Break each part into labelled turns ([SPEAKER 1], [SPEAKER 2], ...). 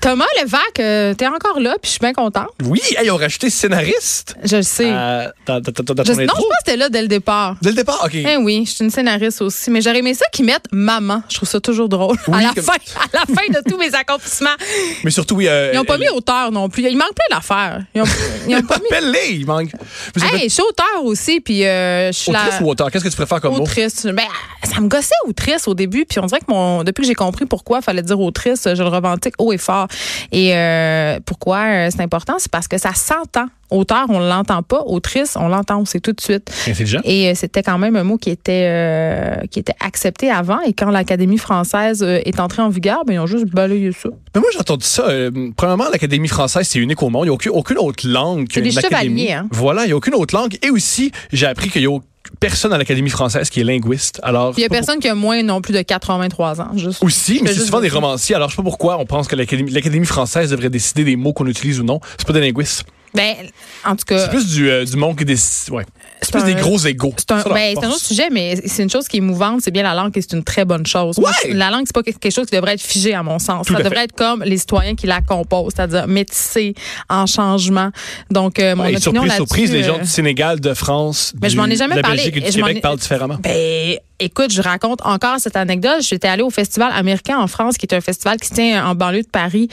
[SPEAKER 1] Thomas Levac, euh, t'es encore là, puis je suis bien contente.
[SPEAKER 2] Oui, hey, ils ont rajouté scénariste.
[SPEAKER 1] Je le sais.
[SPEAKER 2] Euh, dans- dans- dans- dans
[SPEAKER 1] Je- non,
[SPEAKER 2] ton
[SPEAKER 1] je
[SPEAKER 2] intro.
[SPEAKER 1] pense que t'es là dès le départ.
[SPEAKER 2] Dès le départ, OK.
[SPEAKER 1] Eh oui, je suis une scénariste aussi, mais j'aurais aimé ça qu'ils mettent maman. Je trouve ça toujours drôle. à,
[SPEAKER 2] Oui,
[SPEAKER 1] la
[SPEAKER 2] comme-
[SPEAKER 1] fin, à la fin de tous mes accomplissements.
[SPEAKER 2] Mais surtout, oui, euh,
[SPEAKER 1] Ils n'ont pas
[SPEAKER 2] elle-
[SPEAKER 1] mis auteur non plus. Il manque plein d'affaires. Ils ont, ils ont pas mis.
[SPEAKER 2] Appelle-les, il manque. Vous
[SPEAKER 1] Hey,
[SPEAKER 2] avez
[SPEAKER 1] je suis auteur aussi, puis euh, je suis la.
[SPEAKER 2] autrice ou auteur? Qu'est-ce que tu préfères comme mot?
[SPEAKER 1] Autrice. Ben, ça me gossait autrice au début, puis on dirait que mon, depuis que j'ai compris pourquoi fallait dire autrice, je le revendique haut et fort. Et euh, pourquoi euh, c'est important, c'est parce que ça s'entend. Auteur, on l'entend pas. Autrice, on l'entend, on sait tout de suite.
[SPEAKER 2] Intelligent.
[SPEAKER 1] Et euh, c'était quand même un mot qui était euh, qui était accepté avant. Et quand l'Académie française euh, est entrée en vigueur, ben, ils ont juste balayé ça.
[SPEAKER 2] Mais moi, j'ai entendu ça. euh, premièrement, l'Académie française, c'est unique au monde. Il n'y a aucune, aucune autre langue
[SPEAKER 1] C'est
[SPEAKER 2] que
[SPEAKER 1] des
[SPEAKER 2] l'Académie.
[SPEAKER 1] chevaliers, hein.
[SPEAKER 2] Voilà, il n'y a aucune autre langue. Et aussi, j'ai appris qu'il n'y a au- personne à l'Académie française qui est linguiste. Alors,
[SPEAKER 1] Puis il y a
[SPEAKER 2] je sais pas
[SPEAKER 1] personne qui a moins non plus de 83 ans. Juste.
[SPEAKER 2] Aussi, mais
[SPEAKER 1] Je
[SPEAKER 2] c'est
[SPEAKER 1] juste
[SPEAKER 2] souvent des
[SPEAKER 1] dire ça.
[SPEAKER 2] romanciers. Alors, je sais pas pourquoi on pense que l'Académie l'Académie française devrait décider des mots qu'on utilise ou non. C'est pas des linguistes.
[SPEAKER 1] Ben, en tout
[SPEAKER 2] C'est
[SPEAKER 1] cas.
[SPEAKER 2] plus du, euh, du monde qui décide. Ouais. C'est plus
[SPEAKER 1] un-
[SPEAKER 2] des gros égaux.
[SPEAKER 1] C'est un, ben, c'est un autre sujet, mais c'est une chose qui est mouvante. C'est bien la langue et c'est une très bonne chose. Moi,
[SPEAKER 2] Ouais!
[SPEAKER 1] la langue, c'est pas quelque chose qui devrait être figé, à mon sens.
[SPEAKER 2] Tout
[SPEAKER 1] ça
[SPEAKER 2] à
[SPEAKER 1] devrait
[SPEAKER 2] fait.
[SPEAKER 1] être comme les citoyens qui la composent, c'est-à-dire métissés, en changement. Donc, euh, mon
[SPEAKER 2] Ouais, et
[SPEAKER 1] opinion
[SPEAKER 2] surprise,
[SPEAKER 1] là-dessus,
[SPEAKER 2] surprise, les gens
[SPEAKER 1] euh,
[SPEAKER 2] du Sénégal, de France,
[SPEAKER 1] Mais je
[SPEAKER 2] du-
[SPEAKER 1] m'en ai jamais
[SPEAKER 2] de la
[SPEAKER 1] parlé.
[SPEAKER 2] Belgique et
[SPEAKER 1] Et
[SPEAKER 2] du
[SPEAKER 1] je m'en
[SPEAKER 2] Québec
[SPEAKER 1] ai-
[SPEAKER 2] parlent différemment.
[SPEAKER 1] Ben, écoute, je raconte encore cette anecdote. J'étais allée au festival américain en France, qui est un festival qui se tient en banlieue de Paris,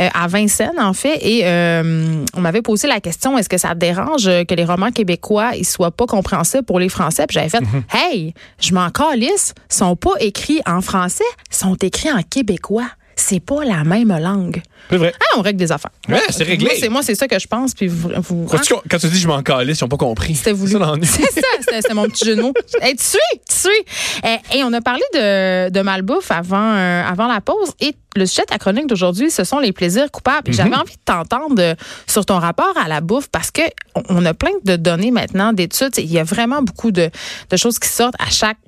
[SPEAKER 1] euh, à Vincennes, en fait. Et euh, on m'avait posé la question est-ce que ça te dérange euh, que les romans québécois ils soient pas compréhensibles pour les Français Puis j'avais fait
[SPEAKER 2] Mhm.
[SPEAKER 1] hey, je m'en calisse, ils sont pas écrits en français, ils sont écrits en québécois. C'est pas la même langue.
[SPEAKER 2] C'est vrai.
[SPEAKER 1] Ah, on règle des affaires.
[SPEAKER 2] Ouais, c'est réglé.
[SPEAKER 1] Moi, c'est moi, c'est ça que je pense. Puis vous, vous-
[SPEAKER 2] Quand
[SPEAKER 1] hein?
[SPEAKER 2] tu, quand tu dis je m'en calisse, ils n'ont pas compris.
[SPEAKER 1] C'était voulu.
[SPEAKER 2] Ça, l'ennui.
[SPEAKER 1] C'est ça, c'était c'était mon petit jeu de mots. Hey, tu suis, tu suis. Eh, Et, on a parlé de, de malbouffe avant, euh, avant la pause. Et le sujet de la chronique d'aujourd'hui, ce sont les plaisirs coupables. Et J'avais envie de t'entendre euh, sur ton rapport à la bouffe parce que on- on a plein de données maintenant, d'études. Il y a vraiment beaucoup de, de choses qui sortent à chaque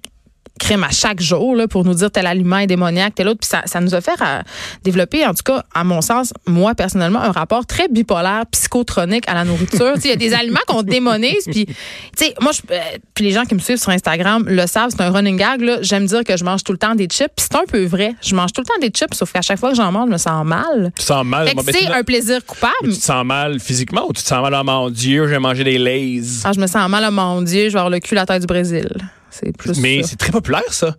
[SPEAKER 1] crime à chaque jour là, pour nous dire tel aliment est démoniaque, tel autre. Puis ça, ça nous a fait euh, développer, en tout cas, à mon sens, moi personnellement, un rapport très bipolaire, psychotronique à la nourriture. Tu sais, Il y a des aliments qu'on démonise. Puis, tu sais, moi, je, euh, puis les gens qui me suivent sur Instagram le savent, c'est un running gag. là. J'aime dire que je mange tout le temps des chips. Puis c'est un peu vrai. Je mange tout le temps des chips, sauf qu'à chaque fois que j'en mange, je me sens mal.
[SPEAKER 2] Tu te sens mal.
[SPEAKER 1] Fait que
[SPEAKER 2] Bon, ben,
[SPEAKER 1] c'est
[SPEAKER 2] tu-
[SPEAKER 1] un plaisir coupable.
[SPEAKER 2] Tu te sens mal physiquement ou tu te sens mal, oh mon Dieu, j'ai mangé des lays.
[SPEAKER 1] Ah, je me sens mal, oh mon Dieu, je vais avoir le cul à la tête du Brésil. C'est plus
[SPEAKER 2] Mais
[SPEAKER 1] ça.
[SPEAKER 2] c'est très populaire, ça.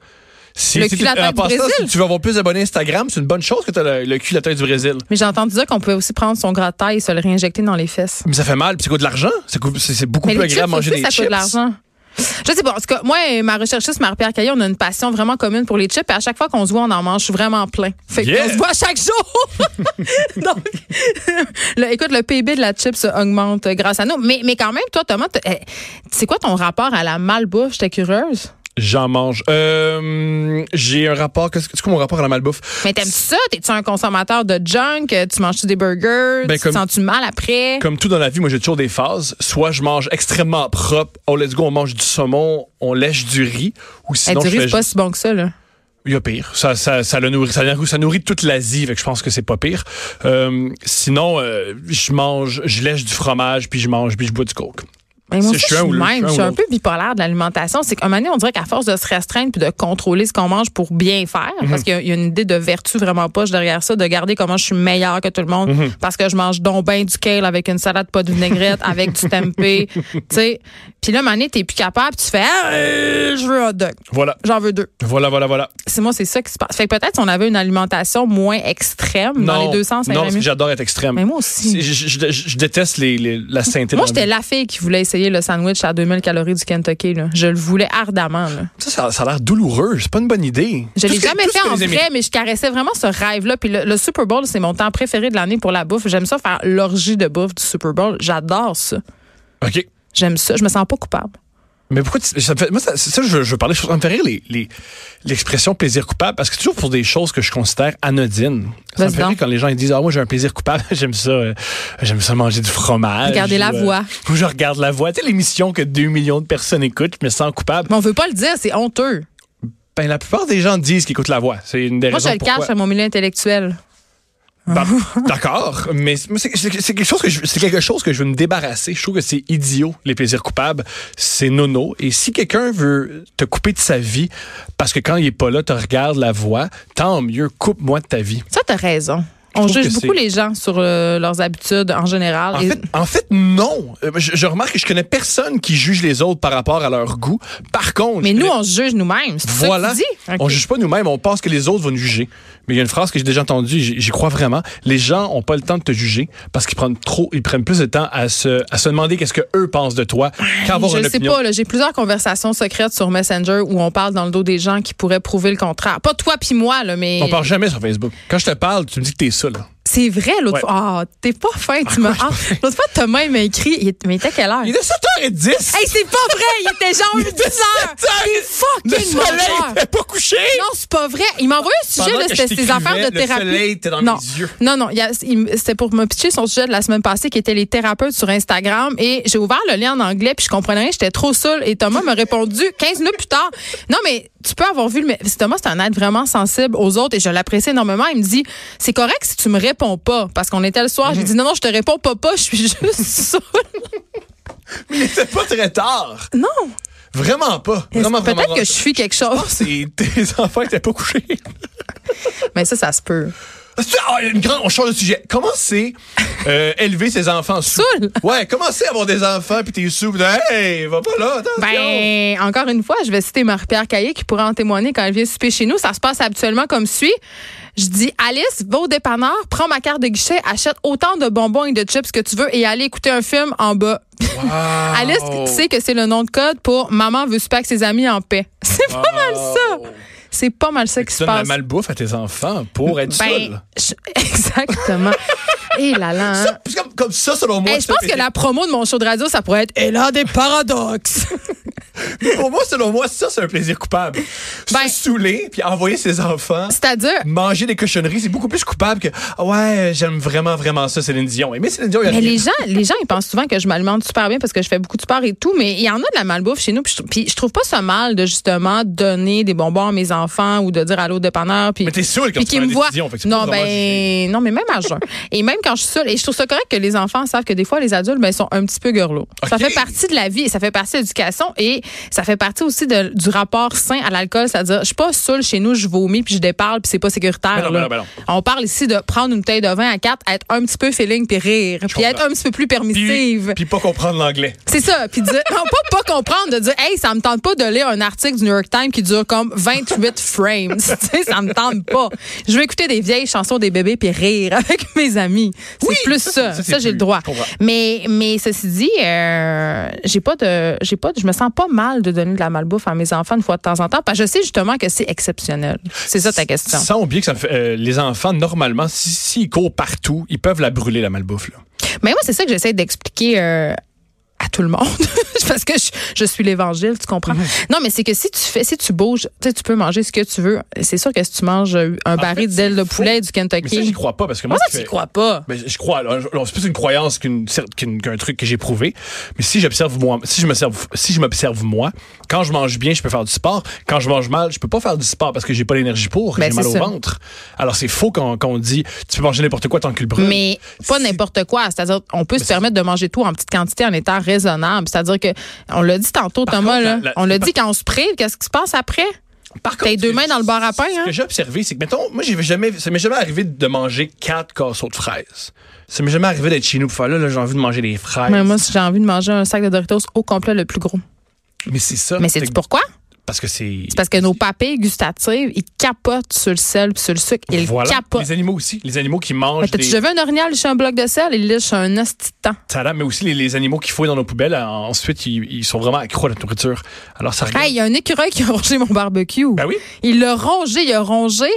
[SPEAKER 2] Si,
[SPEAKER 1] Le
[SPEAKER 2] si
[SPEAKER 1] cul
[SPEAKER 2] tu-
[SPEAKER 1] à la tête
[SPEAKER 2] en
[SPEAKER 1] du
[SPEAKER 2] passant,
[SPEAKER 1] Brésil.
[SPEAKER 2] si tu veux avoir plus d'abonnés Instagram, c'est une bonne chose que tu as le, le cul à la tête du Brésil.
[SPEAKER 1] Mais j'ai entendu dire qu'on pouvait aussi prendre son gras de taille et se le réinjecter dans les fesses.
[SPEAKER 2] Mais ça fait mal, puis ça coûte de l'argent. Ça coûte- C'est c'est beaucoup
[SPEAKER 1] Mais
[SPEAKER 2] plus
[SPEAKER 1] les chips
[SPEAKER 2] agréable de manger
[SPEAKER 1] aussi,
[SPEAKER 2] des
[SPEAKER 1] ça
[SPEAKER 2] chips.
[SPEAKER 1] coûte de l'argent. Je sais pas. En tout cas, moi et ma recherchiste Marie-Pierre Caillé, on a une passion vraiment commune pour les chips. Et à chaque fois qu'on se voit, on en mange vraiment plein. Fait
[SPEAKER 2] Yeah!
[SPEAKER 1] qu'on se voit chaque jour. Donc, le- écoute, le PIB de la chips augmente grâce à nous. Mais, mais quand même, toi, Thomas, t'as- eh, c'est quoi ton rapport à la malbouffe? J'étais curieuse.
[SPEAKER 2] J'en mange. Euh, j'ai un rapport. Qu'est-ce que c'est quoi mon rapport à la malbouffe?
[SPEAKER 1] Mais t'aimes-tu ça? T'es-tu un consommateur de junk? Tu manges-tu des burgers?
[SPEAKER 2] Ben,
[SPEAKER 1] tu
[SPEAKER 2] comme-
[SPEAKER 1] te sens-tu mal après?
[SPEAKER 2] Comme tout dans la vie, moi j'ai toujours des phases. Soit je mange extrêmement propre. Oh let's go, on mange du saumon, on lèche du riz. Ou
[SPEAKER 1] Eh,
[SPEAKER 2] sinon
[SPEAKER 1] du
[SPEAKER 2] je
[SPEAKER 1] riz,
[SPEAKER 2] fais.
[SPEAKER 1] c'est pas si bon que ça, là.
[SPEAKER 2] Il y a pire. Ça, ça, ça le nourrit. Ça, nourrit- ça nourrit toute l'Asie, fait que je pense que c'est pas pire. Euh, sinon, euh, je mange, je lèche du fromage, puis je mange, puis je bois du coke.
[SPEAKER 1] Mais moi
[SPEAKER 2] C'est
[SPEAKER 1] aussi, je
[SPEAKER 2] chouin
[SPEAKER 1] suis
[SPEAKER 2] ou
[SPEAKER 1] de
[SPEAKER 2] le
[SPEAKER 1] même.
[SPEAKER 2] chouin
[SPEAKER 1] Je
[SPEAKER 2] ou
[SPEAKER 1] suis un
[SPEAKER 2] l'autre.
[SPEAKER 1] peu bipolaire de l'alimentation. C'est qu'à un moment donné, on dirait qu'à force de se restreindre puis de contrôler ce qu'on mange pour bien faire,
[SPEAKER 2] Mhm.
[SPEAKER 1] parce qu'il y a- il y a une idée de vertu vraiment poche derrière ça, de garder comment je suis meilleure que tout le monde
[SPEAKER 2] Mhm.
[SPEAKER 1] parce que je mange donc ben du kale avec une salade pas de vinaigrette, avec du tempeh, tu sais. Puis là, à un moment donné, t'es plus capable, tu fais Ah, euh, je veux un hot dog.
[SPEAKER 2] Voilà.
[SPEAKER 1] J'en veux deux.
[SPEAKER 2] Voilà, voilà, voilà.
[SPEAKER 1] C'est moi, c'est ça qui se passe. Fait que peut-être si on avait une alimentation moins extrême dans les deux sens, ça
[SPEAKER 2] Non,
[SPEAKER 1] irait
[SPEAKER 2] parce que
[SPEAKER 1] mieux.
[SPEAKER 2] j'adore être extrême.
[SPEAKER 1] Mais moi aussi.
[SPEAKER 2] C'est- Je, je- je- je déteste les, les- la sainteté.
[SPEAKER 1] Moi,
[SPEAKER 2] dans la
[SPEAKER 1] j'étais
[SPEAKER 2] vie.
[SPEAKER 1] la fille qui voulait essayer le sandwich à 2000 calories du Kentucky. Là. Je le voulais ardemment. Là.
[SPEAKER 2] Ça, ça, ça a l'air douloureux. C'est pas une bonne idée.
[SPEAKER 1] Je
[SPEAKER 2] Tout
[SPEAKER 1] l'ai
[SPEAKER 2] ce que-
[SPEAKER 1] jamais
[SPEAKER 2] tout ce
[SPEAKER 1] fait
[SPEAKER 2] que
[SPEAKER 1] en
[SPEAKER 2] les Américains-
[SPEAKER 1] vrai, mais je caressais vraiment ce rêve-là. Puis le, le Super Bowl, c'est mon temps préféré de l'année pour la bouffe. J'aime ça faire l'orgie de bouffe du Super Bowl. J'adore ça.
[SPEAKER 2] OK.
[SPEAKER 1] J'aime ça. Je me sens pas coupable.
[SPEAKER 2] Mais pourquoi tu- ça me fait, moi ça, ça, je, veux- je veux parler ça me fait rire les- les- l'expression plaisir coupable parce que c'est toujours pour des choses que je considère anodines. Ça me
[SPEAKER 1] Vas-y
[SPEAKER 2] fait rire
[SPEAKER 1] donc.
[SPEAKER 2] quand les gens ils disent ah moi j'ai un plaisir coupable j'aime ça euh, j'aime ça manger du fromage.
[SPEAKER 1] Regardez La
[SPEAKER 2] Ou, euh,
[SPEAKER 1] Voix.
[SPEAKER 2] Ou je regarde la voix tu sais l'émission que 2 millions de personnes écoutent je me sens coupable.
[SPEAKER 1] Mais on veut pas le dire, c'est honteux.
[SPEAKER 2] Ben la plupart des gens disent qu'ils écoutent la voix c'est une des
[SPEAKER 1] Moi,
[SPEAKER 2] raisons
[SPEAKER 1] je le
[SPEAKER 2] pourquoi.
[SPEAKER 1] cache à mon milieu intellectuel.
[SPEAKER 2] Bah,
[SPEAKER 1] Mhm.
[SPEAKER 2] D'accord, mais c'est c'est- c'est quelque, chose que je- c'est quelque chose que je veux me débarrasser. Je trouve que c'est idiot, les plaisirs coupables. C'est nono. Et si quelqu'un veut te couper de sa vie parce que quand il est pas là, te regarde la voix, tant mieux, coupe-moi de ta vie.
[SPEAKER 1] Ça, t'as raison. On
[SPEAKER 2] trouve
[SPEAKER 1] juge
[SPEAKER 2] que
[SPEAKER 1] beaucoup
[SPEAKER 2] c'est-
[SPEAKER 1] les gens sur euh, leurs habitudes en général.
[SPEAKER 2] En
[SPEAKER 1] Et-
[SPEAKER 2] fait, en fait, non. Euh, Je, je remarque que je connais personne qui juge les autres par rapport à leur goût. Par contre,
[SPEAKER 1] mais
[SPEAKER 2] je
[SPEAKER 1] nous,
[SPEAKER 2] connais-
[SPEAKER 1] on se juge nous-mêmes. C'est
[SPEAKER 2] Voilà.
[SPEAKER 1] ça que tu dis?
[SPEAKER 2] On
[SPEAKER 1] Ok.
[SPEAKER 2] juge pas nous-mêmes, on pense que les autres vont nous juger. Mais il y a une phrase que j'ai déjà entendue, j'y j'y crois vraiment. Les gens ont pas le temps de te juger parce qu'ils prennent trop, ils prennent plus de temps à se, à se demander qu'est-ce que eux pensent de toi qu'avoir
[SPEAKER 1] Je
[SPEAKER 2] une
[SPEAKER 1] le sais
[SPEAKER 2] opinion.
[SPEAKER 1] pas, là, j'ai plusieurs conversations secrètes sur Messenger où on parle dans le dos des gens qui pourraient prouver le contraire. Pas toi puis moi, là, mais
[SPEAKER 2] On parle jamais sur Facebook. Quand je te parle, tu me dis que t'es ça, là.
[SPEAKER 1] c'est vrai. L'autre
[SPEAKER 2] Ouais.
[SPEAKER 1] fois, ah, t'es pas fin, tu me hantes. L'autre fois, Thomas, il m'a écrit, il est- mais il était quelle heure?
[SPEAKER 2] Il est 7h10!
[SPEAKER 1] Hey, c'est pas vrai, il était genre 10 heures.
[SPEAKER 2] Le
[SPEAKER 1] Fucking
[SPEAKER 2] soleil
[SPEAKER 1] mangeur.
[SPEAKER 2] n'était pas couché!
[SPEAKER 1] Non, c'est pas vrai. Il m'a envoyé un sujet,
[SPEAKER 2] Pendant
[SPEAKER 1] là,
[SPEAKER 2] que
[SPEAKER 1] c'était
[SPEAKER 2] je
[SPEAKER 1] ses affaires de
[SPEAKER 2] t'écrivais, le
[SPEAKER 1] thérapie.
[SPEAKER 2] soleil était dans
[SPEAKER 1] non.
[SPEAKER 2] mes yeux.
[SPEAKER 1] non, non, il y a- il- c'était pour me pitcher son sujet de la semaine passée qui était les thérapeutes sur Instagram. Et j'ai ouvert le lien en anglais, puis je comprenais rien, j'étais trop seule. Et Thomas m'a répondu 15 minutes plus tard. Non, mais tu peux avoir vu le. mais- Thomas, c'est un être vraiment sensible aux autres et je l'apprécie énormément. Il me dit C'est correct si tu me réponds pas. Parce qu'on était le soir,
[SPEAKER 2] Mhm.
[SPEAKER 1] j'ai dit Non, non, je te réponds pas, pas, je suis juste seule.
[SPEAKER 2] C'était pas très tard!
[SPEAKER 1] Non.
[SPEAKER 2] Vraiment pas! Vraiment, vraiment. Oh,
[SPEAKER 1] Peut-être que je suis quelque chose.
[SPEAKER 2] C'est tes enfants qui n'étaient pas couchés.
[SPEAKER 1] Mais ça, ça se peut.
[SPEAKER 2] Ah, il y a une grande- on change de sujet. Comment c'est euh, élever ses enfants sous?
[SPEAKER 1] Saoul.
[SPEAKER 2] Ouais, comment c'est avoir des enfants puis t'es sous? puis t'es, Hey, va pas là, attention.
[SPEAKER 1] Ben, encore une fois, je vais citer Marie-Pierre Caillé qui pourrait en témoigner quand elle vient souper chez nous. Ça se passe habituellement comme suit. Je dis, Alice, va au dépanneur, prends ma carte de guichet, achète autant de bonbons et de chips que tu veux et allez écouter un film en bas.
[SPEAKER 2] Ah,
[SPEAKER 1] Alice sait que c'est le nom de code pour Maman veut souper avec ses amis en paix. C'est pas mal ça. C'est pas mal ça qui
[SPEAKER 2] tu
[SPEAKER 1] se
[SPEAKER 2] donnes la
[SPEAKER 1] passe.
[SPEAKER 2] malbouffe à tes enfants pour être
[SPEAKER 1] Ben,
[SPEAKER 2] seul.
[SPEAKER 1] je- exactement. Et là là. hein.
[SPEAKER 2] Ça, c'est comme, comme ça, selon moi.
[SPEAKER 1] Hey, Ben, je pense
[SPEAKER 2] ça,
[SPEAKER 1] que la promo de mon show de radio, ça pourrait être Et là, des paradoxes.
[SPEAKER 2] Pour moi, selon moi, ça, c'est un plaisir coupable.
[SPEAKER 1] Ben-
[SPEAKER 2] se saouler puis envoyer ses enfants.
[SPEAKER 1] C'est-à-dire,
[SPEAKER 2] Manger des cochonneries, c'est beaucoup plus coupable que Ah ouais, j'aime vraiment, vraiment ça, Céline Dion. Mais Céline Dion, il y a
[SPEAKER 1] Mais
[SPEAKER 2] rien.
[SPEAKER 1] les gens, les gens, ils pensent souvent que je m'alimente super bien parce que je fais beaucoup de sport et tout, mais il y en a de la malbouffe chez nous. Puis je, puis je trouve pas ça mal de justement donner des bonbons à mes enfants ou de dire à l'autre dépanneur. Puis,
[SPEAKER 2] Mais t'es saoul quand
[SPEAKER 1] puis
[SPEAKER 2] tu
[SPEAKER 1] qu'ils
[SPEAKER 2] prends
[SPEAKER 1] me
[SPEAKER 2] la
[SPEAKER 1] voient.
[SPEAKER 2] décision, fait que c'est
[SPEAKER 1] Non,
[SPEAKER 2] pas vraiment
[SPEAKER 1] ben, non, mais même à jeun. et même quand je suis seule, et je trouve ça correct que les enfants savent que des fois, les adultes, ben, sont un petit peu gurlots. Ça
[SPEAKER 2] Ok.
[SPEAKER 1] fait partie de la vie, et ça fait partie de l'éducation et ça fait partie aussi de- du rapport sain à l'alcool. C'est-à-dire, je suis pas seule chez nous, je vomis puis je déparle puis c'est pas sécuritaire.
[SPEAKER 2] Ben non, ben
[SPEAKER 1] là.
[SPEAKER 2] non, ben non.
[SPEAKER 1] On parle ici de prendre une bouteille de vin à quatre, être un petit peu feeling puis rire, puis
[SPEAKER 2] comprends.
[SPEAKER 1] être un petit peu plus
[SPEAKER 2] Puis,
[SPEAKER 1] permissive.
[SPEAKER 2] puis pas comprendre l'anglais.
[SPEAKER 1] C'est ça, puis dire non pas pas comprendre de dire hey, ça me tente pas de lire un article du New York Times qui dure comme 28 frames. tu sais, ça me tente pas. Je veux écouter des vieilles chansons des bébés puis rire avec mes amis. C'est
[SPEAKER 2] Oui,
[SPEAKER 1] plus
[SPEAKER 2] ça,
[SPEAKER 1] ça.
[SPEAKER 2] c'est-
[SPEAKER 1] Ça,
[SPEAKER 2] ça, c'est
[SPEAKER 1] j'ai le
[SPEAKER 2] plus-
[SPEAKER 1] droit.
[SPEAKER 2] je comprends.
[SPEAKER 1] Mais mais ceci dit, euh, j'ai pas de j'ai pas de- je me sens pas mal de donner de la malbouffe à mes enfants une fois de temps en temps parce que je sais justement que c'est exceptionnel. C'est ça ta question.
[SPEAKER 2] Sans oublier que ça me fait- euh, les enfants, normalement, si- s'ils courent partout, ils peuvent la brûler, la malbouffe. Là.
[SPEAKER 1] Mais moi, c'est ça que j'essaie d'expliquer euh, à tout le monde. Parce que je, je suis l'évangile, tu comprends? Non, mais c'est que si tu fais, si tu bouges, tu sais, tu peux manger ce que tu veux. C'est sûr que si tu manges euh, un baril
[SPEAKER 2] fait,
[SPEAKER 1] d'aile de
[SPEAKER 2] c'est faux.
[SPEAKER 1] poulet du
[SPEAKER 2] Mais ça, j'y
[SPEAKER 1] Kentucky.
[SPEAKER 2] crois pas parce que moi,
[SPEAKER 1] Moi,
[SPEAKER 2] ça
[SPEAKER 1] ça, tu
[SPEAKER 2] fait-
[SPEAKER 1] y crois pas.
[SPEAKER 2] Mais je crois, là, je- c'est plus une croyance qu'une cer- qu'une- qu'un truc que j'ai prouvé. Mais si j'observe moi, si je m'observe, si je m'observe moi, quand je mange bien, je peux faire du sport. Quand je mange mal, je peux pas faire du sport parce que j'ai pas l'énergie pour,
[SPEAKER 1] Ben,
[SPEAKER 2] j'ai mal
[SPEAKER 1] c'est
[SPEAKER 2] au
[SPEAKER 1] ça.
[SPEAKER 2] ventre. Alors c'est faux quand, quand on dit tu peux manger n'importe quoi tant qu'il brûle.
[SPEAKER 1] Mais pas
[SPEAKER 2] Si-
[SPEAKER 1] n'importe quoi. C'est-à-dire, on peut se permettre de manger tout en petite quantité en étant raisonnable. C'est-à-dire que, on l'a dit tantôt, Thomas,
[SPEAKER 2] contre,
[SPEAKER 1] là,
[SPEAKER 2] la- la-
[SPEAKER 1] on l'a
[SPEAKER 2] par-
[SPEAKER 1] dit quand on se prive, qu'est-ce qui se passe après?
[SPEAKER 2] Par
[SPEAKER 1] T'as les deux
[SPEAKER 2] ce que-
[SPEAKER 1] mains dans le bar à pain,
[SPEAKER 2] Ce
[SPEAKER 1] hein?
[SPEAKER 2] que j'ai observé, c'est que, mettons, moi, j'ai jamais, ça m'est jamais arrivé de manger quatre casseaux de fraises. Ça m'est jamais arrivé d'être chez nous pour faire là, là, j'ai envie de manger des fraises.
[SPEAKER 1] Mais moi, si j'ai envie de manger un sac de Doritos au complet le plus gros.
[SPEAKER 2] Mais c'est ça.
[SPEAKER 1] Mais c'est
[SPEAKER 2] C'est-
[SPEAKER 1] pourquoi?
[SPEAKER 2] Parce que c'est.
[SPEAKER 1] C'est parce que nos papilles gustatives, ils capotent sur le sel puis sur le sucre. Ils
[SPEAKER 2] Voilà.
[SPEAKER 1] capotent.
[SPEAKER 2] Les animaux aussi. Les animaux qui
[SPEAKER 1] Mais
[SPEAKER 2] mangent
[SPEAKER 1] T'as-tu
[SPEAKER 2] des
[SPEAKER 1] déjà vu un orignal sur un bloc de sel? Il lèche un hostie de temps.
[SPEAKER 2] salades, mais aussi les, les animaux qui fouillent dans nos poubelles. euh, Ensuite, ils, ils sont vraiment accro à la nourriture. Alors, ça regarde.
[SPEAKER 1] Hey, il y a un écureuil qui a rongé mon barbecue.
[SPEAKER 2] Ben oui.
[SPEAKER 1] Il l'a rongé, il a rongé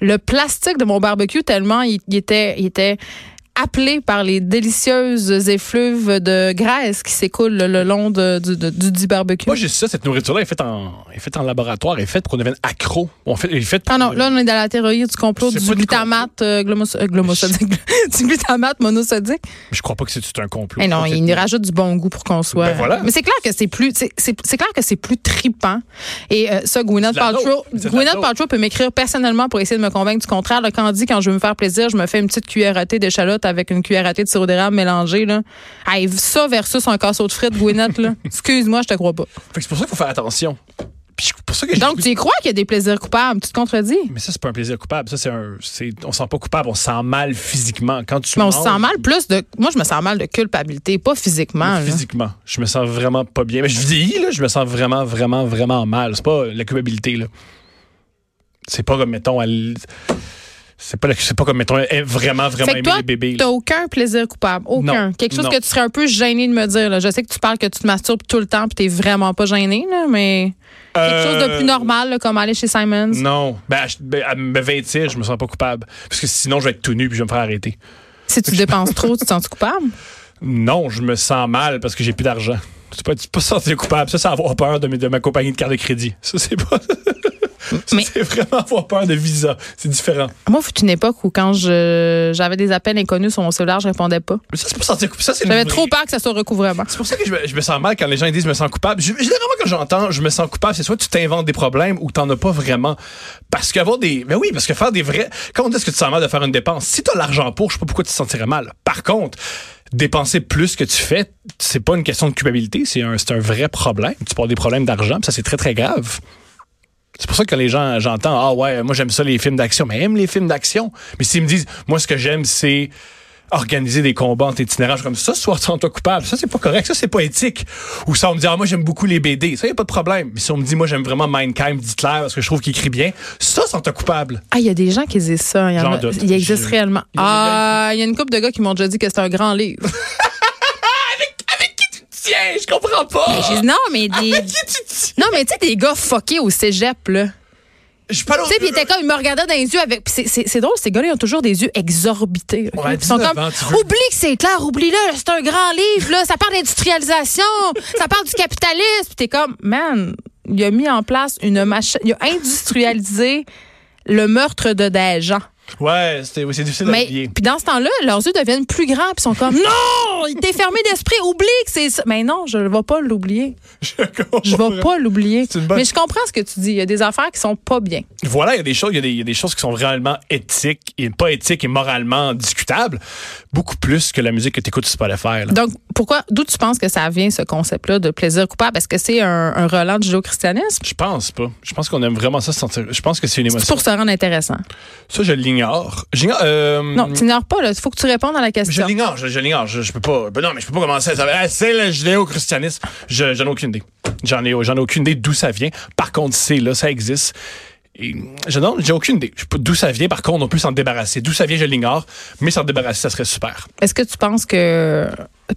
[SPEAKER 1] le plastique de mon barbecue tellement il, il était, il était appelé par les délicieuses effluves de graisse qui s'écoulent le long de- du, de- du dit barbecue.
[SPEAKER 2] Moi, j'ai ça, cette nourriture-là est faite en, est faite en laboratoire, elle est faite pour qu'on devienne accro. On fait, elle est faite pour-
[SPEAKER 1] ah non, là, on est dans la théorie du complot
[SPEAKER 2] C'est
[SPEAKER 1] du
[SPEAKER 2] pas du
[SPEAKER 1] glutamate euh, glomos- euh, glomosodique, du glutamate monosodique.
[SPEAKER 2] Je crois pas que c'est tout un complot.
[SPEAKER 1] Mais Eh non,
[SPEAKER 2] Je crois
[SPEAKER 1] il
[SPEAKER 2] que-
[SPEAKER 1] nous rajoute du bon goût pour qu'on soit.
[SPEAKER 2] Ben voilà.
[SPEAKER 1] Mais c'est clair que c'est plus, c'est- c'est c'est clair que c'est plus tripant. Et euh, ça, Gwyneth
[SPEAKER 2] C'est de la
[SPEAKER 1] Paltrow,
[SPEAKER 2] dope. C'est de la
[SPEAKER 1] Gwyneth
[SPEAKER 2] dope.
[SPEAKER 1] Paltrow peut m'écrire personnellement pour essayer de me convaincre du contraire. Là, quand on dit quand je veux me faire plaisir, je me fais une petite cuillère à thé d'échalote avec une cuillère à thé de sirop d'érable mélangé là. Hey, ça versus un casseau de frites, Gwyneth là. Excuse-moi, je te crois pas.
[SPEAKER 2] Fait que c'est pour ça qu'il faut faire attention. Puis c'est pour ça que j'ai
[SPEAKER 1] Donc tu y crois qu'il y a des plaisirs coupables Tu te contredis
[SPEAKER 2] Mais ça, c'est pas un plaisir coupable. Ça, c'est un. c'est- On se sent pas coupable, on se sent mal physiquement. Quand tu
[SPEAKER 1] Mais on se
[SPEAKER 2] manges-
[SPEAKER 1] sent mal plus de. Moi, je me sens mal de culpabilité, pas physiquement. là.
[SPEAKER 2] Physiquement, je me sens vraiment pas bien. Mais je vieillis, là, je me sens vraiment, vraiment, vraiment mal. C'est pas la culpabilité, là. C'est pas comme, mettons, à l- c'est pas, la- c'est pas comme, mettons, eh, vraiment, vraiment
[SPEAKER 1] Fait que
[SPEAKER 2] aimer
[SPEAKER 1] toi,
[SPEAKER 2] les bébés. là.
[SPEAKER 1] T'as aucun plaisir coupable, aucun.
[SPEAKER 2] Non,
[SPEAKER 1] Quelque chose
[SPEAKER 2] non.
[SPEAKER 1] que tu serais un peu gêné de me dire. Là. Je sais que tu parles que tu te masturbes tout le temps, puis t'es vraiment pas gêné, là, mais quelque
[SPEAKER 2] Euh,
[SPEAKER 1] chose de plus normal, là, comme aller chez Simons.
[SPEAKER 2] Non. Ben, je- ben, à me vêtir, je me sens pas coupable. Parce que sinon, je vais être tout nu puis je vais me faire arrêter.
[SPEAKER 1] Si tu dépenses trop, tu te sens coupable.
[SPEAKER 2] Non, je me sens mal parce que j'ai plus d'argent. Tu peux, tu peux pas se sentir coupable. Ça, c'est avoir peur de, mes- de ma compagnie de carte de crédit. Ça, c'est pas. Ça,
[SPEAKER 1] Mais-
[SPEAKER 2] C'est vraiment avoir peur de Visa. C'est différent.
[SPEAKER 1] Moi, fut une époque où quand je j'avais des appels inconnus sur mon cellulaire, je répondais pas.
[SPEAKER 2] Mais ça, c'est pas sentir coupable. Ça, c'est une
[SPEAKER 1] J'avais
[SPEAKER 2] vraie-
[SPEAKER 1] trop peur que ça soit recouvrement.
[SPEAKER 2] C'est pour ça que je me, je me sens mal quand les gens disent je me sens coupable. Je- Généralement, quand j'entends je me sens coupable, c'est soit tu t'inventes des problèmes ou t'en as pas vraiment. Parce qu'avoir des. Ben oui, parce que faire des vrais. Quand on dit est-ce que tu sens mal de faire une dépense, si t'as l'argent pour, je sais pas pourquoi tu te sentirais mal. Par contre, dépenser plus que tu fais, c'est pas une question de culpabilité, c'est un, c'est un vrai problème. Tu parles des problèmes d'argent, puis ça c'est très très grave. C'est pour ça que quand les gens, j'entends, ah ouais, moi j'aime ça les films d'action, mais aime les films d'action. Mais s'ils me disent, moi ce que j'aime c'est organiser des combats entre itinérants, je suis comme ça, soit sans toi coupable, ça c'est pas correct, ça c'est pas éthique. Ou ça on me dit, ah moi j'aime beaucoup les BD, ça y a pas de problème. Mais si on me dit, moi j'aime vraiment Mindcamp d'Hitler parce que je trouve qu'il écrit bien, ça sans toi coupable.
[SPEAKER 1] Ah, il y a des gens qui disent ça. Il, y en
[SPEAKER 2] J'en
[SPEAKER 1] a-
[SPEAKER 2] doute.
[SPEAKER 1] il existe
[SPEAKER 2] Je-
[SPEAKER 1] réellement.
[SPEAKER 2] Il y en a-
[SPEAKER 1] Ah, il y a une couple de gars qui m'ont déjà dit que c'est un grand livre.
[SPEAKER 2] Avec qui tu tiens, je comprends pas.
[SPEAKER 1] J'ai dit, non, mais des.
[SPEAKER 2] Avec qui tu tiens?
[SPEAKER 1] Non, mais tu sais, des gars fuckés au cégep, là.
[SPEAKER 2] Je suis pas
[SPEAKER 1] Tu sais, puis il était comme, il me regardait dans les yeux avec. puis c'est- C'est c'est drôle, ces gars-là, ils ont toujours des yeux exorbités. ok?
[SPEAKER 2] Ouais,
[SPEAKER 1] Puis ils sont
[SPEAKER 2] 19
[SPEAKER 1] comme,
[SPEAKER 2] ans, tu veux.
[SPEAKER 1] oublie que c'est clair, oublie-le, là, c'est un grand livre, là, ça parle d'industrialisation, ça parle du capitalisme. Puis t'es comme, man, il a mis en place une machine, il a industrialisé le meurtre de des gens.
[SPEAKER 2] Ouais, c'était- oui, c'est difficile
[SPEAKER 1] Mais
[SPEAKER 2] à lier.
[SPEAKER 1] puis dans ce temps-là, leurs yeux deviennent plus grands, puis ils sont comme, non, t'es fermé d'esprit, oublie que c'est ça. Mais non, je ne vais pas l'oublier. Je ne vais pas l'oublier.
[SPEAKER 2] C'est une bonne-
[SPEAKER 1] Mais je comprends ce que tu dis. Il y a des affaires qui sont pas bien.
[SPEAKER 2] voilà, il y a des choses, il y a des, il y a des choses qui sont réellement éthiques et pas éthiques et moralement discutables, beaucoup plus que la musique que tu écoutes sur Spotify. Là.
[SPEAKER 1] Donc, pourquoi, d'où tu penses que ça vient, ce concept-là de plaisir coupable? Est-ce que c'est un, un relent du judéo-christianisme?
[SPEAKER 2] Je pense pas. Je pense qu'on aime vraiment ça se sentir. Je pense que c'est une
[SPEAKER 1] C'est
[SPEAKER 2] émotion.
[SPEAKER 1] pour se rendre intéressant.
[SPEAKER 2] Ça, je l'ignore. J'ignore, euh,
[SPEAKER 1] Non, tu n'ignores pas, là. Il faut que tu répondes à la
[SPEAKER 2] Je
[SPEAKER 1] question.
[SPEAKER 2] l'ignore, je, je l'ignore. Je, je peux pas. ben non, mais je peux pas commencer à savoir. Ah, c'est le judéo-christianisme. Je, j'en ai aucune idée. J'en ai, j'en ai aucune idée d'où ça vient. Par contre, c'est là, ça existe. Et, je non, j'ai aucune idée. Je sais pas D'où ça vient, par contre, on peut s'en débarrasser. D'où ça vient, je l'ignore. Mais s'en débarrasser, ça serait super.
[SPEAKER 1] Est-ce que tu penses que.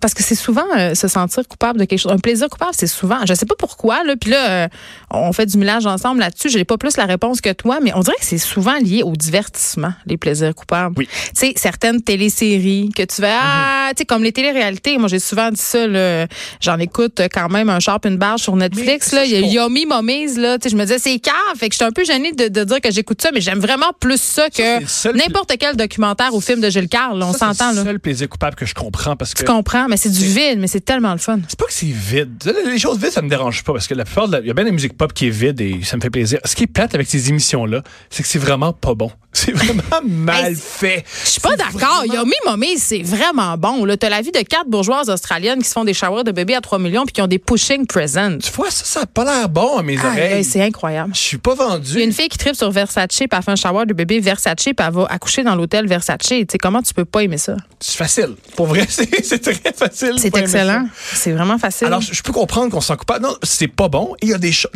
[SPEAKER 1] Parce que c'est souvent euh, se sentir coupable de quelque chose. Un plaisir coupable, c'est souvent. Je sais pas pourquoi, là. Puis là, euh, on fait du mélange ensemble là-dessus. J'ai pas plus la réponse que toi, mais on dirait que c'est souvent lié au divertissement, les plaisirs coupables.
[SPEAKER 2] Oui. Mhm.
[SPEAKER 1] Tu sais, certaines téléséries que tu vas. Ah, tu sais, comme les téléréalités. Moi, j'ai souvent dit ça, là. J'en écoute quand même un sharp, une barge sur Netflix,
[SPEAKER 2] ça,
[SPEAKER 1] là.
[SPEAKER 2] je
[SPEAKER 1] Il y a
[SPEAKER 2] comprends.
[SPEAKER 1] Yomi Mommies, là. Tu sais, je me disais, c'est cave. Fait que je suis un peu gênée de, de dire que j'écoute ça, mais j'aime vraiment plus ça
[SPEAKER 2] c'est
[SPEAKER 1] que
[SPEAKER 2] le seul pla-
[SPEAKER 1] n'importe quel documentaire ou film de Gilles Carle. On
[SPEAKER 2] Ça,
[SPEAKER 1] s'entend,
[SPEAKER 2] C'est
[SPEAKER 1] là.
[SPEAKER 2] le seul plaisir coupable que je comprends parce que.
[SPEAKER 1] Tu comprends, mais c'est du vide, mais c'est tellement le fun.
[SPEAKER 2] C'est pas que c'est vide. Les choses vides, ça me dérange pas parce que la plupart de la- Il y a bien de la musique pop qui est vide et ça me fait plaisir. Ce qui est plate avec ces émissions-là, c'est que c'est vraiment pas bon. C'est vraiment mal
[SPEAKER 1] Hey,
[SPEAKER 2] fait.
[SPEAKER 1] Je suis pas d'accord. Yomi Mommy, c'est vraiment bon. Là, t'as la vie de quatre bourgeoises australiennes qui se font des showers de bébés à 3 millions puis qui ont des pushing presents.
[SPEAKER 2] Tu vois, ça, ça a pas l'air bon à mes
[SPEAKER 1] Aïe,
[SPEAKER 2] oreilles.
[SPEAKER 1] aïe, c'est incroyable.
[SPEAKER 2] Je suis pas
[SPEAKER 1] Il y a
[SPEAKER 2] vendu.
[SPEAKER 1] une fille qui tripe sur Versace, puis elle fait un shower de bébé Versace, puis elle va accoucher dans l'hôtel Versace. Tu sais, comment tu peux pas aimer ça?
[SPEAKER 2] C'est facile. Pour vrai, c'est c'est très facile.
[SPEAKER 1] C'est
[SPEAKER 2] Faut aimer ça.
[SPEAKER 1] excellent. C'est vraiment facile.
[SPEAKER 2] Alors, je je peux comprendre qu'on s'en coupe pas. Non, c'est pas bon. Il y a des choses.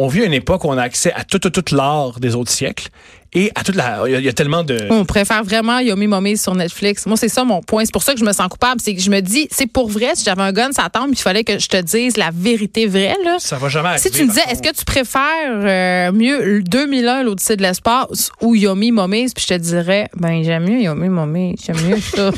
[SPEAKER 2] On vit à une époque où on a accès à tout, tout, tout l'art des autres siècles Et à toute la. Il y a- il y, a tellement de.
[SPEAKER 1] On préfère vraiment Yomi Mommy sur Netflix. Moi, c'est ça mon point. C'est pour ça que je me sens coupable. C'est que je me dis, c'est pour vrai, si j'avais un gun ça tombe, il fallait que je te dise la vérité vraie, là.
[SPEAKER 2] Ça va jamais
[SPEAKER 1] Si
[SPEAKER 2] arriver,
[SPEAKER 1] tu me
[SPEAKER 2] par
[SPEAKER 1] disais, est-ce que tu préfères euh, mieux 2001, l'Odyssée de l'espace, ou Yomi Mommies, puis je te dirais, ben j'aime mieux Yomi Mommies, j'aime mieux ça.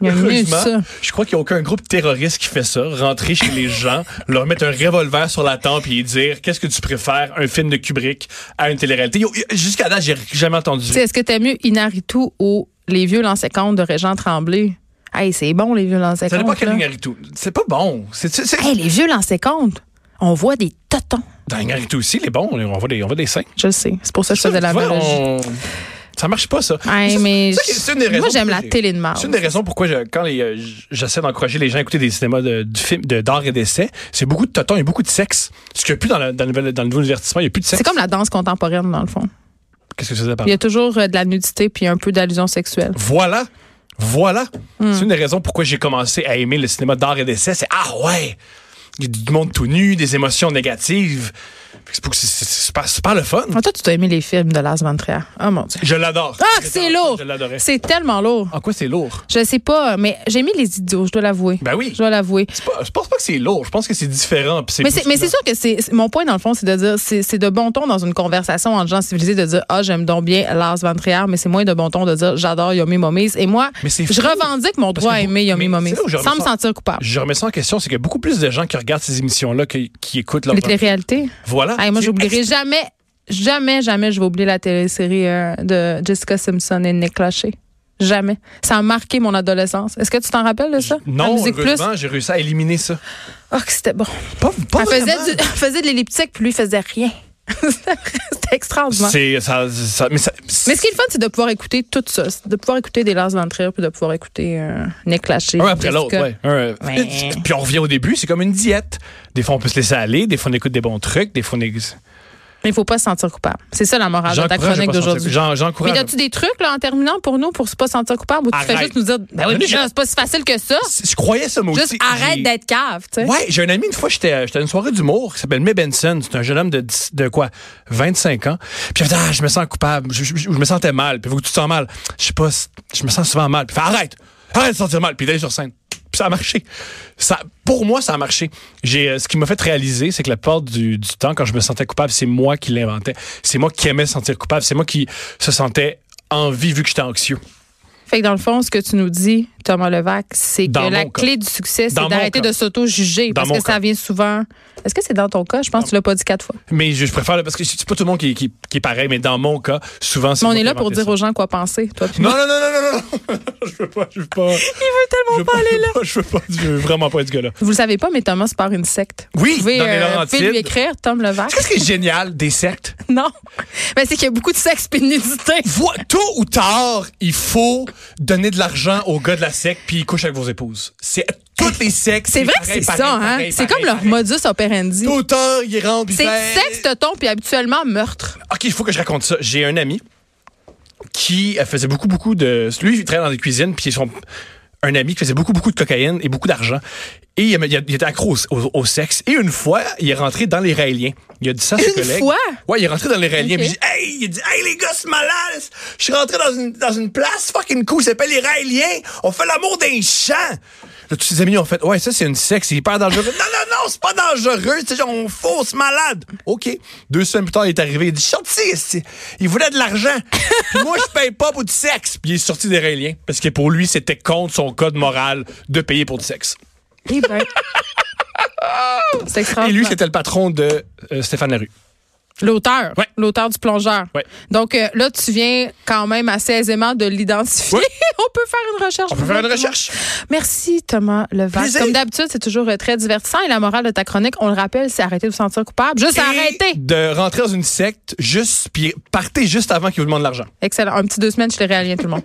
[SPEAKER 1] J'aime mieux
[SPEAKER 2] Heureusement,
[SPEAKER 1] ça.
[SPEAKER 2] je crois qu'il n'y a aucun groupe terroriste qui fait ça, rentrer chez les gens, leur mettre un revolver sur la tempe et dire qu'est-ce que tu préfères, un film de Kubrick à une télé-réalité. Yo, yo, Jusqu'à là, j'ai jamais entendu.
[SPEAKER 1] Tu sais, Est-ce que t'aimes mieux Inaritu ou Les vieux lancers comptes de Régent Tremblay? Hey, c'est bon, les vieux lancers
[SPEAKER 2] Ça n'est pas
[SPEAKER 1] comptes.
[SPEAKER 2] quel
[SPEAKER 1] là.
[SPEAKER 2] Inaritu. C'est pas bon. C'est c'est- c'est-
[SPEAKER 1] Hey, les vieux lancers comptes, on voit des totons.
[SPEAKER 2] dans Inaritu aussi, les bons, on voit des, on voit des seins.
[SPEAKER 1] Je le sais. C'est pour ça que je faisais la
[SPEAKER 2] Tu vois,
[SPEAKER 1] biologie.
[SPEAKER 2] on- Ça marche pas, ça.
[SPEAKER 1] Ouais,
[SPEAKER 2] c'est-
[SPEAKER 1] mais
[SPEAKER 2] c'est- c'est une des
[SPEAKER 1] moi,
[SPEAKER 2] raisons
[SPEAKER 1] j'aime
[SPEAKER 2] pourquoi
[SPEAKER 1] la
[SPEAKER 2] j'ai-
[SPEAKER 1] télé de marge.
[SPEAKER 2] C'est une des raisons pourquoi, je- quand les, euh, j- j'essaie d'encourager les gens à écouter des cinémas de- du film, de- d'art et d'essai, c'est beaucoup de totons et beaucoup de sexe. Ce qu'il n'y a plus dans, la- dans, le, nouvel- dans le nouveau divertissement, il n'y a plus de sexe.
[SPEAKER 1] C'est comme la danse contemporaine, dans le fond.
[SPEAKER 2] Qu'est-ce que ça veut dire par
[SPEAKER 1] Il y a toujours euh, de la nudité puis un peu d'allusion sexuelle.
[SPEAKER 2] Voilà. Voilà.
[SPEAKER 1] Hmm.
[SPEAKER 2] C'est une des raisons pourquoi j'ai commencé à aimer le cinéma d'art et d'essai. C'est ah ouais, il y a du monde tout nu, des émotions négatives. Fait que c'est pour- C'est c'est- c'est super, super le fun.
[SPEAKER 1] Ah, toi, tu t'as aimé les films de Lars von Trier. Oh mon Dieu.
[SPEAKER 2] Je l'adore.
[SPEAKER 1] Ah, que c'est lourd!
[SPEAKER 2] Je l'adorais.
[SPEAKER 1] C'est tellement lourd.
[SPEAKER 2] En quoi c'est lourd?
[SPEAKER 1] Je sais pas, mais j'ai mis les idiots, je dois l'avouer.
[SPEAKER 2] Ben oui.
[SPEAKER 1] Je dois l'avouer.
[SPEAKER 2] C'est pas- je pense pas que c'est lourd. Je pense que c'est différent. puis
[SPEAKER 1] Mais
[SPEAKER 2] plus-
[SPEAKER 1] c'est, mais c'est sûr que c'est, c'est- mon point, dans le fond, c'est de dire, c'est, c'est de bon ton dans une conversation entre gens civilisés de dire, ah, j'aime donc bien Lars Van Trier, mais c'est moins de bon ton de dire, j'adore Yomi Momies. Et moi,
[SPEAKER 2] Mais c'est
[SPEAKER 1] je
[SPEAKER 2] fou.
[SPEAKER 1] revendique mon
[SPEAKER 2] Parce
[SPEAKER 1] droit
[SPEAKER 2] que
[SPEAKER 1] à
[SPEAKER 2] vous-
[SPEAKER 1] aimer Yomi
[SPEAKER 2] mais
[SPEAKER 1] Momies,
[SPEAKER 2] c'est là où je
[SPEAKER 1] sans me
[SPEAKER 2] ressens-
[SPEAKER 1] sentir coupable.
[SPEAKER 2] Je remets ça en question, c'est qu'il y a beaucoup plus de gens qui regardent ces émissions-là que- qui écoutent leur.
[SPEAKER 1] Les téléréalités.
[SPEAKER 2] Voilà.
[SPEAKER 1] Hey, moi,
[SPEAKER 2] C'est
[SPEAKER 1] j'oublierai jamais, jamais, jamais, je vais oublier la télésérie euh, de Jessica Simpson et Nick Lachey. Jamais. Ça a marqué mon adolescence. Est-ce que tu t'en rappelles de ça? La
[SPEAKER 2] Non,
[SPEAKER 1] Musique Plus?
[SPEAKER 2] heureusement, j'ai réussi à éliminer ça.
[SPEAKER 1] Oh, que c'était bon.
[SPEAKER 2] Pas, pas
[SPEAKER 1] elle, faisait
[SPEAKER 2] vraiment.
[SPEAKER 1] du- elle faisait de l'elliptique, puis lui, il faisait rien. c'était extraordinaire.
[SPEAKER 2] C'est ça, ça- mais ça-
[SPEAKER 1] Mais ce qui est le fun, c'est de pouvoir écouter tout ça. C'est De pouvoir écouter des Lars von Trier, puis de pouvoir écouter euh, Nick Lachey.
[SPEAKER 2] Un après l'autre,
[SPEAKER 1] Jessica.
[SPEAKER 2] ouais. Un-
[SPEAKER 1] Ouais.
[SPEAKER 2] Puis on revient au début, c'est comme une diète. Des fois, on peut se laisser aller, des fois, on écoute des bons trucs, des fois, on est-
[SPEAKER 1] Ah. Mais il faut pas se sentir coupable. C'est ça la morale de ta
[SPEAKER 2] J'encourage à
[SPEAKER 1] chronique
[SPEAKER 2] pas se sentir-
[SPEAKER 1] d'aujourd'hui.
[SPEAKER 2] j'en-
[SPEAKER 1] Mais
[SPEAKER 2] J'encourage.
[SPEAKER 1] y a-tu des trucs là, en terminant pour nous pour se pas sentir coupable ou tu fais
[SPEAKER 2] Arrête.
[SPEAKER 1] juste nous dire ben oui,
[SPEAKER 2] Non,
[SPEAKER 1] mais
[SPEAKER 2] j'ai-
[SPEAKER 1] là, c'est pas si facile que ça.
[SPEAKER 2] Je croyais ça, moi
[SPEAKER 1] Juste
[SPEAKER 2] aussi.
[SPEAKER 1] arrête
[SPEAKER 2] J'ai-
[SPEAKER 1] d'être cave, tu sais.
[SPEAKER 2] Ouais, j'ai un ami, une fois, j'étais euh, j'étais à une soirée d'humour qui s'appelle May Benson. C'est un jeune homme de, 10 de quoi, 25 ans. Puis il fait, ah, je me sens coupable, je, je- je me sentais mal. Puis vous, tu te sens mal. Je sais pas, si- je me sens souvent mal. Puis il fait, arrête, arrête de sentir mal. Puis il est allé sur scène. Puis ça a marché. Ça, pour moi, ça a marché. J'ai, euh, ce qui m'a fait réaliser, c'est que la plupart du, du temps, quand je me sentais coupable, c'est moi qui l'inventais. C'est moi qui aimais sentir coupable. C'est moi qui se sentais en vie vu que j'étais anxieux.
[SPEAKER 1] Fait que dans le fond, ce que tu nous dis, Thomas Levac, c'est que
[SPEAKER 2] Dans
[SPEAKER 1] la
[SPEAKER 2] mon cas.
[SPEAKER 1] clé du succès,
[SPEAKER 2] Dans
[SPEAKER 1] c'est
[SPEAKER 2] mon
[SPEAKER 1] d'arrêter
[SPEAKER 2] cas.
[SPEAKER 1] de s'auto-juger
[SPEAKER 2] Dans
[SPEAKER 1] parce
[SPEAKER 2] mon
[SPEAKER 1] que ça
[SPEAKER 2] cas.
[SPEAKER 1] vient souvent. Est-ce que c'est dans ton cas? Je pense que tu l'as pas dit quatre fois.
[SPEAKER 2] Mais je, je préfère, le- parce que c'est pas tout le monde qui, qui, qui est pareil, mais dans mon cas, souvent, c'est
[SPEAKER 1] Mais on
[SPEAKER 2] moi
[SPEAKER 1] est
[SPEAKER 2] qui
[SPEAKER 1] là pour
[SPEAKER 2] inventais
[SPEAKER 1] dire
[SPEAKER 2] ça.
[SPEAKER 1] aux gens quoi penser, toi. puis
[SPEAKER 2] Non,
[SPEAKER 1] moi.
[SPEAKER 2] non, non, non, non, non, non. je veux pas, je veux pas.
[SPEAKER 1] Il veut
[SPEAKER 2] je veux
[SPEAKER 1] tellement pas aller là.
[SPEAKER 2] Je veux pas, je veux vraiment pas être ce gars-là.
[SPEAKER 1] Vous le savez pas, mais Thomas part une secte.
[SPEAKER 2] Oui,
[SPEAKER 1] Vous pouvez,
[SPEAKER 2] dans les
[SPEAKER 1] euh, vous pouvez lui
[SPEAKER 2] Laurentides.
[SPEAKER 1] écrire, Tom Levac.
[SPEAKER 2] Qu'est-ce qui est génial des sectes?
[SPEAKER 1] non. Mais c'est qu'il y a beaucoup de sexe et de nudité.
[SPEAKER 2] Voi- Tôt ou tard, il faut donner de l'argent aux gars de la secte puis ils couchent avec vos épouses. C'est toutes les sectes.
[SPEAKER 1] C'est vrai que
[SPEAKER 2] pareil,
[SPEAKER 1] c'est
[SPEAKER 2] pareil,
[SPEAKER 1] ça, hein?
[SPEAKER 2] pareil,
[SPEAKER 1] C'est
[SPEAKER 2] pareil,
[SPEAKER 1] comme leur
[SPEAKER 2] pareil.
[SPEAKER 1] modus operandi.
[SPEAKER 2] Tôt ou tard, ils rentrent puis ils
[SPEAKER 1] C'est
[SPEAKER 2] font,
[SPEAKER 1] sexe, toton, puis habituellement meurtre.
[SPEAKER 2] OK, il faut que je raconte ça. J'ai un ami qui euh, faisait beaucoup, beaucoup de. Lui, il travaillait dans des cuisines, puis son. Un ami qui faisait beaucoup, beaucoup de cocaïne et beaucoup d'argent. Et il, aimait- il était accro au, au- au sexe. Et une fois, il est rentré dans les Raéliens. Il a dit ça à ses
[SPEAKER 1] Une
[SPEAKER 2] collègues.
[SPEAKER 1] fois?
[SPEAKER 2] Ouais, il est rentré dans les Raéliens.
[SPEAKER 1] Ok.
[SPEAKER 2] Puis il dit, hey, il a dit, hey, les gars, c'est malade. Je suis rentré dans une, dans une place fucking cool. Ça s'appelle les Raéliens. On fait l'amour d'un champ. Là, tous ses amis ont fait, ouais, ça, c'est une sexe. C'est hyper dangereux. non, non, non, c'est pas dangereux. C'est genre, on fausse malade. OK. Deux semaines plus tard, il est arrivé. Il dit, je suis sorti. ici. Il voulait de l'argent. Puis moi, je paye pas pour du sexe. Puis il est sorti des Raéliens. Parce que pour lui, c'était contre son code moral de payer pour du sexe.
[SPEAKER 1] Eh ben. c'est
[SPEAKER 2] Et
[SPEAKER 1] extraordinaire.
[SPEAKER 2] lui, c'était le patron de euh, Stéphane Larue.
[SPEAKER 1] L'auteur.
[SPEAKER 2] Ouais.
[SPEAKER 1] L'auteur du plongeur.
[SPEAKER 2] Ouais.
[SPEAKER 1] Donc euh, là, tu viens quand même assez aisément de l'identifier.
[SPEAKER 2] Ouais.
[SPEAKER 1] On peut faire une recherche.
[SPEAKER 2] On peut faire une recherche.
[SPEAKER 1] Merci, Thomas Levac.
[SPEAKER 2] Plaisir.
[SPEAKER 1] Comme d'habitude, c'est toujours euh, très divertissant. Et la morale de ta chronique, on le rappelle, c'est arrêter de vous sentir coupable. Juste
[SPEAKER 2] Et
[SPEAKER 1] arrêter.
[SPEAKER 2] De rentrer dans une secte, juste, puis partez juste avant qu'ils vous demandent de l'argent.
[SPEAKER 1] Excellent. Un petit deux semaines chez les Réaliens, tout le monde.